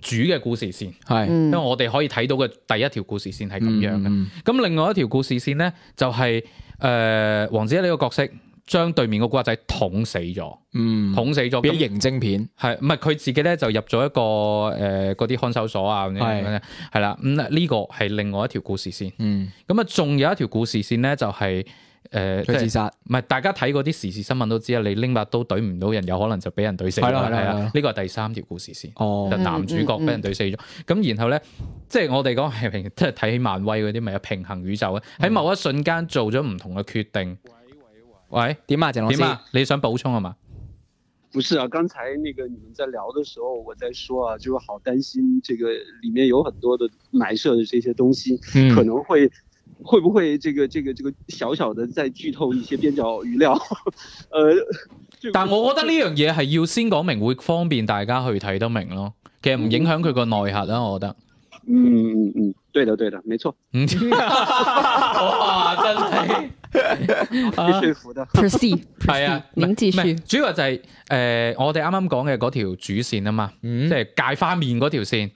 B: 主嘅故事線，
C: 係
D: 嗯
B: 因為我哋可以睇到嘅第一條故事線係咁樣嘅。
C: 嗯
B: 咁另外一條故事線咧，就係、誒黃子一呢個角色將對面個瓜仔捅死咗，
C: 嗯，
B: 捅死咗。
C: 變
B: 咁
C: 咗刑偵片，
B: 係唔係佢自己咧就入咗一個誒嗰啲看守所啊咁樣
C: 係
B: 咁樣係啦，咁呢個係另外一條故事線。
C: 嗯，
B: 咁啊，仲有一條故事線咧就係、誒，即
C: 佢自
B: 係
C: 殺，
B: 唔係大家睇嗰啲時事新聞都知啊，你拎把刀懟唔到人，有可能就俾人懟死
C: 係啦
B: 啦。
C: 係啦
B: 係
C: 係啦
B: 啊，呢個係第三條故事線，
C: 哦
B: 就，男主角俾人懟死咗。咁然後咧，即係我哋講係平，即係睇起漫威嗰啲咪有平衡宇宙啊，
C: 嗯
B: 喺某一瞬間做咗唔同嘅決定。喂，
C: 點啊，鄭老
B: 點
C: 師，
B: 啊？你想補充係嘛？
A: 不是啊，刚才那个你们在聊的时候，我在说啊，就是好担心这个里面有很多的埋设的这些东西，
C: 嗯
B: 嗯
A: 可能会会不会这个这个这个小小的再剧透一些边角余料， 呃，这个
B: 但我覺得呢樣嘢係要先講明，會方便大家去睇得明咯。其實唔影響佢個內核啦，我覺得。
A: 嗯嗯嗯，对的对的，没错，
B: 嗯 哇！真 係
A: 被说服的。
D: proceed
B: 係啊，唔係
D: 您繼
B: 唔
D: 續
B: 係主要就係、呃我哋啱啱講嘅嗰條主線啊嘛，
C: 嗯
B: 即係界花面嗰條線。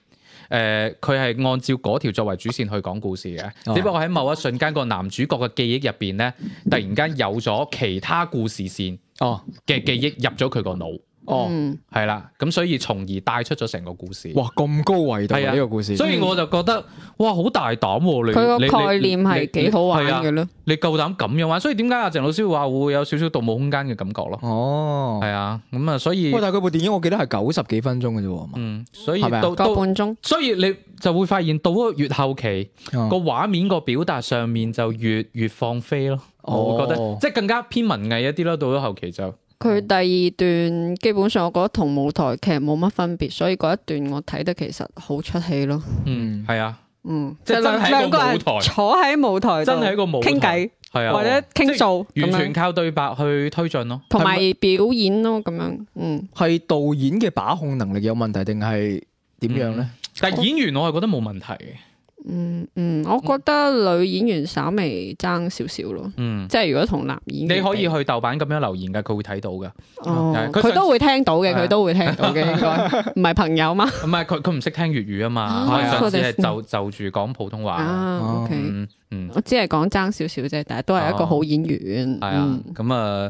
B: 誒，佢係、按照嗰條作為主線去講故事嘅，
C: 哦
B: 只不過喺某一瞬間個男主角嘅記憶入邊咧，突然間有咗其他故事線
C: 哦，
B: 嘅記憶入咗佢個腦，
C: 哦，
D: 嗯
B: 係啦，咁所以從而帶出咗成個故事。
C: 哇，咁高維度啊
B: 係啊
C: 呢個故事，
B: 所以我就覺得哇，好大膽喎！你
D: 佢個
B: 你
D: 概
B: 你
D: 念係
B: 你
D: 幾好玩
B: 係
D: 嘅
B: 啊，
D: 咯，
B: 你夠膽咁樣玩，所以點解阿鄭老師話會有少少《盜墓空間》嘅感覺咯？
C: 哦，
B: 係啊，咁啊，所以
C: 喂，但係佢部電影我記得係九十幾分鐘嘅啫喎，係嘛
B: 嗯，所以
C: 係咪啊
B: 到
D: 個
B: 到，
D: 半鐘
B: 所以你就會發現到咗越後期
C: 哦
B: 個畫面個表達上面就越越放飛咯。
C: 哦
B: 我會覺得即係更加偏文藝一啲咯。到咗後期就
D: 佢第二段基本上我覺得同舞台劇冇乜分別，所以嗰一段我睇得其實好出戲咯。
B: 嗯係啊，
D: 嗯，
B: 即係真係一個
D: 兩個人
B: 舞台
D: 坐喺舞台度
B: 真係一個舞台
D: 傾偈
B: 係啊，
D: 或者傾訴
B: 完
D: 咁
B: 全
D: 樣，
B: 靠對白去推進咯。
D: 同埋表演咯咁樣。嗯，
C: 係導演嘅把控能力有問題定係點樣咧？
B: 但係演員我係覺得冇問題嘅，
D: 嗯嗯，我覺得女演員稍微爭少少咯，
B: 嗯。
D: 即係如果同男演
B: 你
D: 員
B: 可以
D: 比
B: 去豆瓣咁樣留言㗎，佢會睇到㗎。
D: 哦
B: 係，佢上
D: 佢都會聽到嘅，
B: 係啊
D: 佢都會聽到嘅，應該 唔係朋友嘛。
B: 唔係佢佢唔識聽粵語啊嘛，
D: 啊
B: 我上次係
D: 佢哋
B: 就就住講普通話。
D: 啊，OK，
B: 嗯嗯，
D: 我只係講爭少少啫，但係都係一個好演員。
B: 係啊
D: 嗯，
B: 咁啊，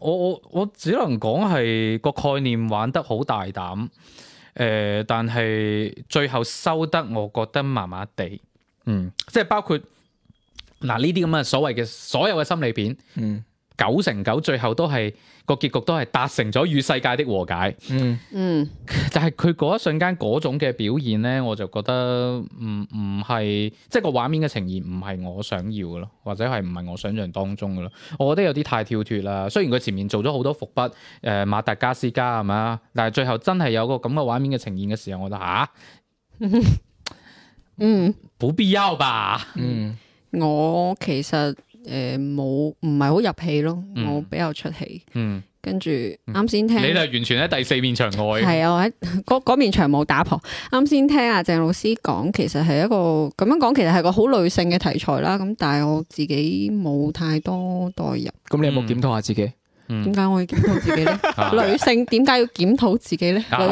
B: 我我我只能講係個概念玩得好大膽，誒，但係最後收得我覺得麻麻地，嗯，即係包括嗱呢啲咁嘅所謂嘅所有嘅心理片，
C: 嗯
B: 九成九最後都係個結局都係達成咗與世界的和解。
C: 嗯，
D: 嗯，
B: 但係佢嗰一瞬間嗰種嘅表現咧，我就覺得唔唔係，即係個畫面嘅呈現唔係我想要嘅咯，或者係唔係我想象當中嘅咯。我覺得有啲太跳脱啦。雖然佢前面做咗好多伏筆，誒、呃馬達加斯加係咪啊？但係最後真係有個咁嘅畫面嘅呈現嘅時候，我覺得吓，
D: 嗯，
B: 冇必要吧？
C: 嗯，
D: 呃我其實誒冇唔係好入戲咯，
B: 嗯
D: 我比較出戲。
B: 嗯
D: 跟住
B: 嗯
D: 啱先聽。
B: 你就完全喺第四面牆外。
D: 啊係啊，我喺 嗰嗰面牆冇打破。啱先聽阿鄭老師講，其實係一個咁樣講，其實係個好女性嘅題材啦。咁但係我自己冇太多代入，
C: 咁你有冇
B: 嗯
C: 檢討下自己？
B: 嗯
D: 點解我要檢討自己咧？
B: 啊
D: 女性點解要檢討自己咧？
B: 啊
D: 女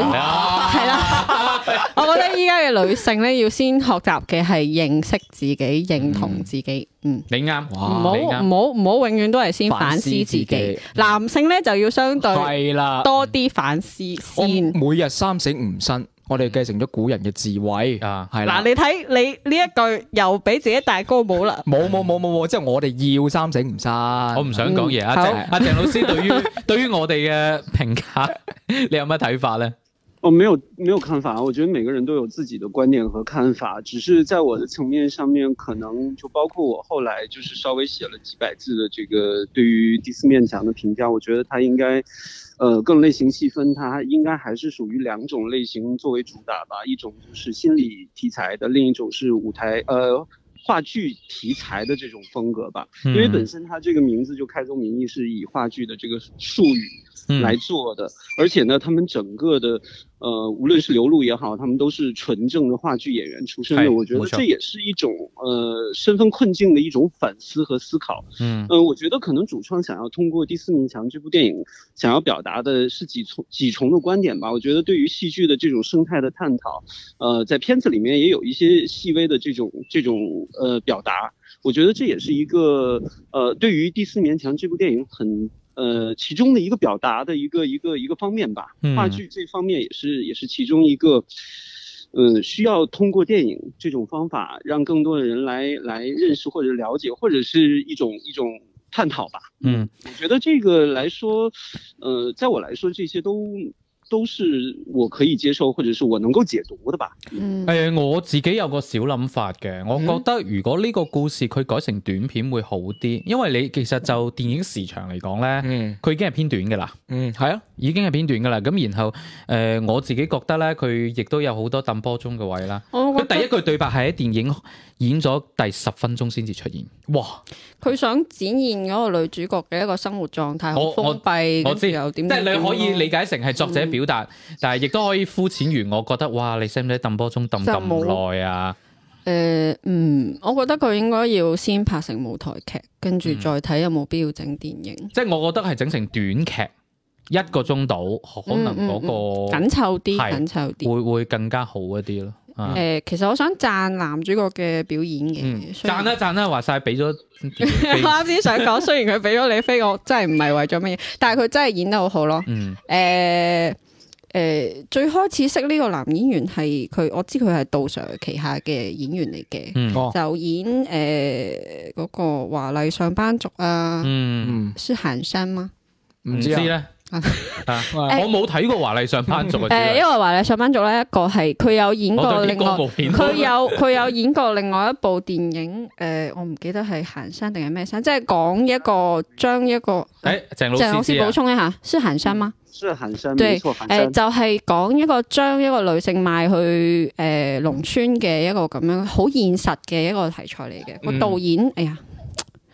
D: 係啦，我覺得依家嘅女性咧，要先學習嘅係認識自己、認同自己。嗯，
B: 你啱，
D: 唔好
B: 你
D: 唔
B: 啱
D: 好唔好，永遠都係先反
C: 反思
D: 思自
C: 自
D: 己
C: 己。
D: 男性咧就要相對
C: 係啦，
D: 多啲反思
C: 我
D: 先。
C: 每日三省吾身，我哋繼承咗古人嘅智慧，
B: 啊
C: 係啦
D: 嗱，。你睇你呢一句又俾自己大 高帽啦。
C: 冇冇冇冇冇，即係我哋要三省吾身。
B: 我
C: 我
B: 唔想講嘢啊，阿鄭
D: 嗯好
B: 阿鄭老師對於對於我哋嘅評價，你有咩睇法咧？
A: 我哦没有没有看法，我觉得每个人都有自己的观点和看法，只是在我的层面上面，可能就包括我后来就是稍微写了几百字的这个对于第四面墙的评价，我觉得它应该，呃，更类型细分，它应该还是属于两种类型作为主打吧，一种就是心理题材的，另一种是舞台呃话剧题材的这种风格吧，
B: 嗯
A: 因为本身它这个名字就开宗明义是以话剧的这个术语
B: 嗯
A: 来做的，而且呢，他们整个的呃，无论是刘露也好，他们都是纯正的话剧演员出身
B: 哎
A: 的，我觉得
B: 没错
A: 这也是一种呃身份困境的一种反思和思考。
B: 嗯
A: 嗯、我觉得可能主创想要通过《第四面墙》这部电影，想要表达的是几重几重的观点吧。我觉得对于戏剧的这种生态的探讨，呃，在片子里面也有一些细微的这种这种呃表达。我觉得这也是一个呃，对于《第四面墙》这部电影很。呃，其中的一个表达的一个一个一个方面吧
B: 嗯，
A: 话剧这方面也是也是其中一个，呃，需要通过电影这种方法，让更多的人来来认识或者了解，或者是一种一种探讨吧。
B: 嗯
A: 我觉得这个来说，呃，在我来说，这些都都是我可以接受，或者是我能够解读的吧。
D: 嗯，
B: 诶、我自己有個小諗法嘅，
C: 嗯
B: 我覺得如果呢個故事佢改成短片會好啲，因為你其實就電影時長嚟講咧，
C: 嗯
B: 佢已經係偏短噶啦，
C: 嗯係啊，
B: 已經係偏短噶啦。咁然後诶、誒我自己覺得咧，佢亦都有好多揼波鐘嘅位啦。
D: 我
B: 佢
D: 覺
B: 第
D: 得
B: 一句對白係喺電影演咗第十分鐘先至出現。哇！
D: 佢想展現嗰個女主角嘅一個生活狀態，
B: 我
D: 好封閉，
B: 我
D: 跟住
B: 知，
D: 又點
B: 即係
D: 點點啊嗯
B: 你可以
D: 咯
B: 理解成係作者表達，但係亦都可以膚淺完。我覺得哇，你使唔使揼波鐘揼
D: 就冇
B: 咁耐啊？
D: 诶、嗯，我覺得佢應該要先拍成舞台劇，跟住
B: 嗯
D: 再睇有冇必要整電影，
B: 即係我覺得係整成短劇一個鐘到，可能嗰
D: 嗯緊
B: 個
D: 湊啲，
B: 係
D: 緊湊啲。
B: 會會更加好一啲咯。啊
D: 诶、其實我想讚男主角嘅表演
B: 嗯，
D: 嘅，雖
B: 讚
D: 然
B: 啦讚啦，話晒俾咗
D: 我 啱先想講，雖然佢俾咗你飛，我真係唔係為咗乜嘢，但係佢真係演得好好咯。
B: 嗯
D: 诶、诶、最開始識呢個男演員係佢，我知佢係杜 Sir 旗下嘅演員嚟嘅，
B: 嗯
C: 哦
D: 就演诶嗰、個華麗上班族啊，
B: 嗯，
C: 嗯，
D: 是韓山嗎？
C: 唔
B: 唔
C: 知
B: 知
C: 啊，
B: 咧，
D: 啊
B: 啊我冇睇過華麗上班族啊，
D: 誒，呃因
B: 只
D: 為話你上班族咧，一個係佢有演
B: 係
D: 過
B: 我對
D: 另
B: 啲歌
D: 外，
B: 舞 片
D: 佢有佢有演過另外一部電影，誒、呃我唔記得係行山定係咩山，即係講一個將一個
B: 誒鄭老
D: 鄭老
B: 師知
D: 師
B: 啊
D: 補，充一下，是行山嗎？
A: 是寒山，
D: 对哎
A: 没错，寒
D: 誒、
A: 嗯山。
D: 就係講一個將一個女性賣去誒、農村嘅一個咁樣好現實嘅一個題材嚟嘅。個
C: 嗯
D: 導演，哎呀，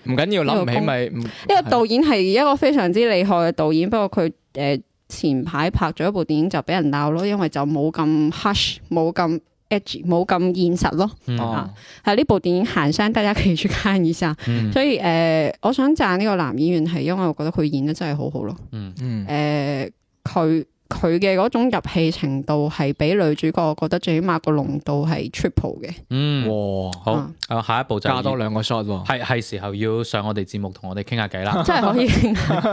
C: 唔緊要，諗唔起咪唔
D: 呢個導演係一個非常之厲害嘅導演，不過佢誒、呃前排拍咗一部電影就俾人鬧咯，因為就冇咁 hush，冇咁 edge，冇咁現實咯。
B: 嗯
C: 哦
D: 係呢部電影《行山》，大家可以去看一下。
B: 嗯
D: 所以誒、呃我想讚呢個男演員係因為我覺得佢演得真係好好咯。
B: 嗯
C: 嗯
D: 誒、佢佢嘅嗰種入戲程度係比女主角，我覺得最起碼個濃度係 triple 嘅。
B: 嗯，
C: 哇，
B: 好
D: 啊，
B: 啊下一步就
C: 加多
B: 要
C: 兩個 shot 喎。
B: 係係時候要上我哋節目同我哋傾下偈啦。
D: 真係可以， 係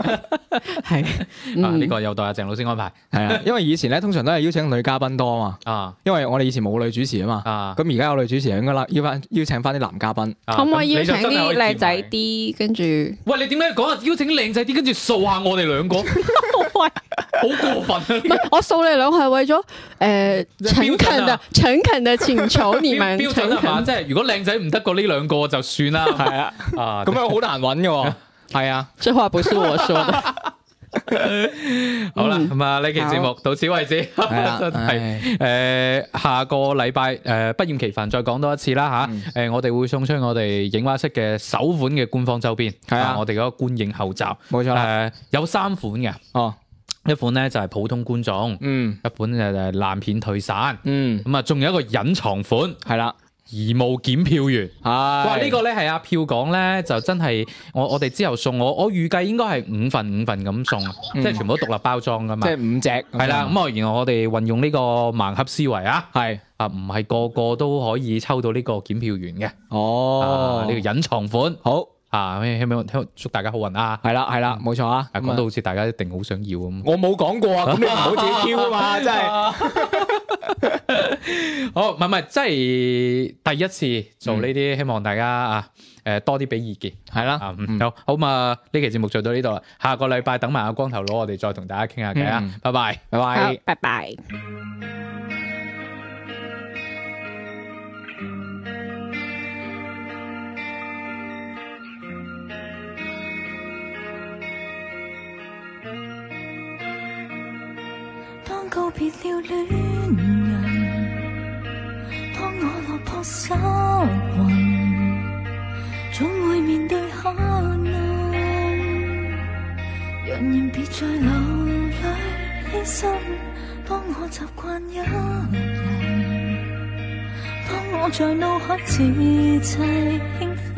B: 啊，呢
D: 嗯
B: 個有待阿鄭老師安排
C: 係啊，因為以前咧通常都係邀請女嘉賓多啊嘛，
B: 啊
C: 因為我哋以前冇女主持啊嘛。
B: 啊。
C: 咁而家有女主持，應該啦，邀翻邀請翻啲男嘉賓。
B: 啊
D: 可唔可
B: 咁
D: 以邀
B: 你就
D: 請
B: 真係可
D: 啲
B: 以接
D: 靚仔
B: 埋
D: 啲，跟住
B: 喂，你點解講啊？邀請靚仔啲，跟住掃下我哋 兩個，
D: 喂？
B: 好過分啊！
D: 唔 係，我掃你兩係為咗呃誒
B: 標
D: 誠
B: 準
D: 懇
B: 啊
D: 的、誠懇的請求你
B: 標
D: 們
B: 標
D: 誠
B: 準係嘛？
D: 懇
B: 即係如果靚仔唔得過呢兩個就算啦。
C: 係啊，
B: 啊，
C: 咁樣好難揾嘅喎。係啊，
D: 這話不是我說的。
B: 好
C: 嗯
B: 啦，咁啊呢期節目到此為止，
C: 系 啦，
B: 真係。
C: 唉
B: 诶、下個禮拜诶，不厭其煩再講多一次啦吓。
C: 嗯
B: 诶、我哋會送出我哋影畫室嘅首款嘅官方周邊，
C: 係啊
B: 我哋嗰個觀影後罩。
C: 冇錯
B: 诶、
C: 啦。
B: 有三款嘅，
C: 哦，
B: 一款咧就係普通觀眾，
C: 嗯
B: 一款就係爛片退散，
C: 嗯，
B: 咁啊，仲有一個隱藏款
C: 係啦，
B: 義務檢票員。
C: 係。
B: 哇！
C: 哇
B: 呢個咧係阿票講咧，就真係我我哋之後送我，我預計應該係五份五份咁送，啊
C: 嗯
B: 即係全部都獨立包裝噶嘛
C: 即。係五隻咁樣。
B: 係啦，咁啊，原來我哋運用呢個盲盒思維啊。
C: 係。
B: 啊，唔係個個都可以抽到呢個檢票員嘅，啊，
C: 哦
B: 呢、個隱藏款
C: 好，
B: 啊，希希望希望祝大家好運啊！
C: 係啦，係啦，冇錯啊。
B: 啊，講到好似大家一定好想要咁。
C: 我冇講過啊，咁你唔好自己 挑啊嘛，真係。
B: 好，唔係唔係，即係第一次做呢
C: 嗯
B: 啲，希望大家啊，誒、多啲俾意見
C: 係啦
B: 啊。嗯，好，好咁啊，呢期節目做到呢度啦，下個禮拜等埋阿光頭佬，我哋再同大家傾下偈啊，
C: 嗯
B: 拜拜。
C: 拜
D: 好
C: 拜。
D: 拜拜。
E: 當告別了戀人，當我落魄失魂，總會面對黑暗。若然別再流淚犧牲，當我習慣一人，當我在腦海自制興奮。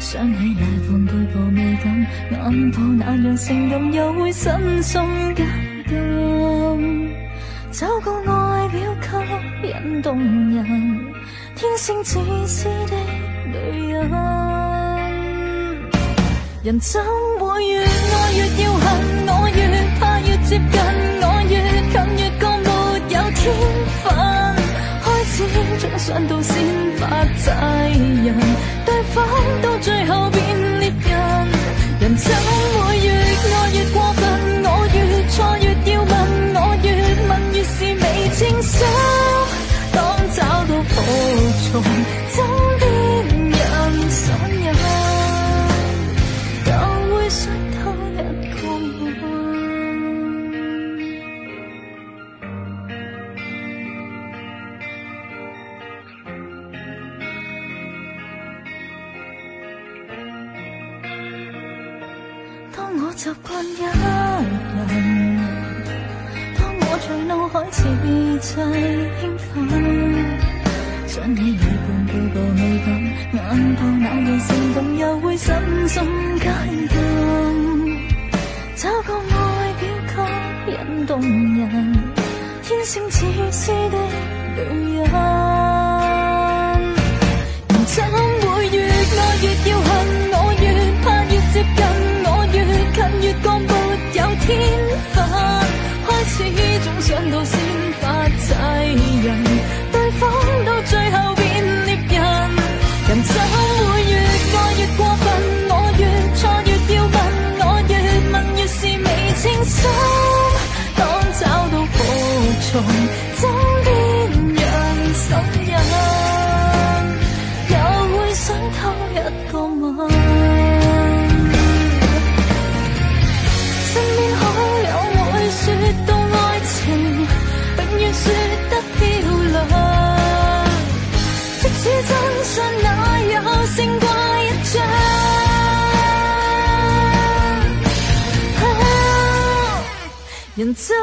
E: 想起那半杯薄味感，眼泡那樣性感，又會身心緊禁。找個外表吸引動人，天生自私的女人。人怎會越愛越要恨？我越怕越接近，我越近越覺沒有天分。開始總想到先發制人，對方到最後變獵人。人怎會越愛越過分？我越錯越要問，我越問越是未清醒。當找到服從，枕邊人上癮。又會失透一個吻。當我習慣一人，當我在腦海自制興奮。想起你半杯薄味感，眼泡那樣性感，又會身心皆禁。找個外表吸引動人，天生自私的女人。人怎會越愛越要恨？我越怕越接近，我越近越覺沒有天分。開始總想到先發制人，對方到最後變獵人。人怎會越愛越過分？我越錯越要問，我越問越是未清醒。當找到服從，枕邊人心癮。又會想偷一個吻。身邊好友會說到愛情，永遠說得漂亮。即使真相那有勝過一張。啊人真